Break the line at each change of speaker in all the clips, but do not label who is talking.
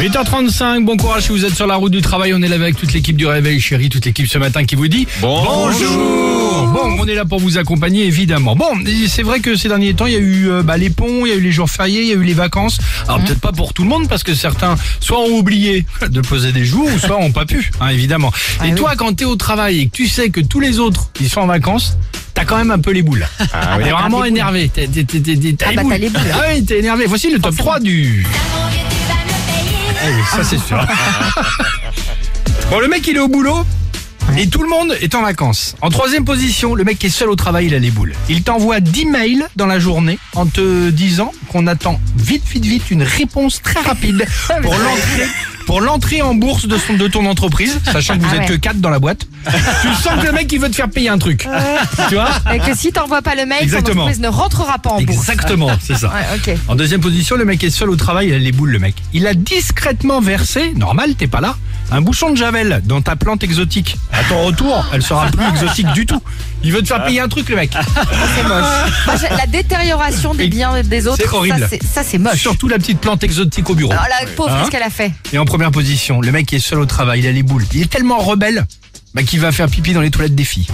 8h35, bon courage si vous êtes sur la route du travail, on est là avec toute l'équipe du Réveil Chéri, toute l'équipe ce matin qui vous dit bonjour. Bon, on est là pour vous accompagner évidemment. Bon, et c'est vrai que ces derniers temps, il y a eu euh, bah, les ponts, il y a eu les jours fériés, il y a eu les vacances.
Hein
Alors peut-être pas pour tout le monde parce que certains soit ont oublié de poser des jours ou soit ont pas pu, hein, évidemment.
Ah
et toi, quand t'es au travail et que tu sais que tous les autres ils sont en vacances, t'as quand même un peu les boules. t'es vraiment énervé. T'es- t'es- t'es- t'es- t'as
Ah bah, t'as les boules.
Ah oui, t'es énervé. Voici le top 3 du... Ah oui, ça c'est sûr. bon, le mec il est au boulot. Et tout le monde est en vacances. En troisième position, le mec qui est seul au travail, il a les boules. Il t'envoie 10 mails dans la journée en te disant qu'on attend vite, vite, vite une réponse très rapide pour l'entrée. Pour l'entrée en bourse de, son, de ton entreprise, sachant que vous
Ah
êtes que
ouais.
4 dans la boîte, tu sens que le mec il veut te faire payer un truc. tu vois
Et que si t'envoies pas le mail,
Ah.
ton
Exactement.
entreprise ne rentrera pas en bourse.
Exactement, c'est ça.
Ouais, ok.
En deuxième position, le mec est seul au travail, il a les boules le mec. Il a discrètement versé, normal, t'es pas là, un bouchon de javel dans ta plante exotique. À ton retour, elle sera plus exotique du tout. Il veut te faire payer un truc le mec.
Moi, j'ai- la détérioration des
Et-
biens des autres,
c'est horrible.
ça, c'est- ça c'est moche.
Surtout la petite plante exotique au bureau.
Alors la pauvre,
Hein
qu'est-ce qu'elle a fait
Et en première position, le mec qui est seul au travail, il a les boules. Il est tellement rebelle bah, qu'il va faire pipi dans les toilettes des filles.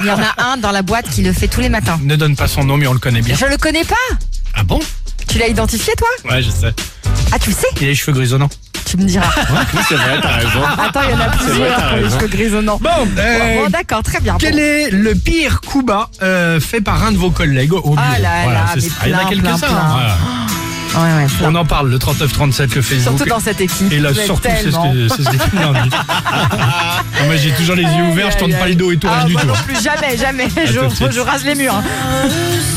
Il y en a un dans la boîte qui le fait tous les matins.
Ne donne pas son nom, mais on le connaît bien.
Je le connais pas
Ah bon
Tu l'as identifié toi
Ouais, je sais.
Ah tu le sais
Il a les cheveux grisonnants.
Tu me diras.
Oui, c'est vrai, t'as raison.
Attends, il y en a
vrai,
plusieurs
t'as
qui ont les
raison.
cheveux grisonnants.
Bon, euh,
Bon d'accord, très bien.
Quel
Bon.
est le pire coup bas euh, fait par un de vos collègues au bureau
Ah là là,
c'est
mais
ça. Il y en a
plein,
quelques-uns.
plein,
hein.
plein.
Voilà.
Ouais, ouais, plein.
On en parle, le 39-37, le Facebook.
Surtout dans cette équipe.
Et là,
Vous êtes
surtout, c'est ce
tellement-
que c'est ce que tout le monde dit. Non, mais j'ai toujours les yeux ouverts, je tourne pas les dos et tout,
Ah,
rien du
moi
tout.
non
hein.
plus, jamais, jamais.
tout de
Je,
suite.
je rase les murs. hein.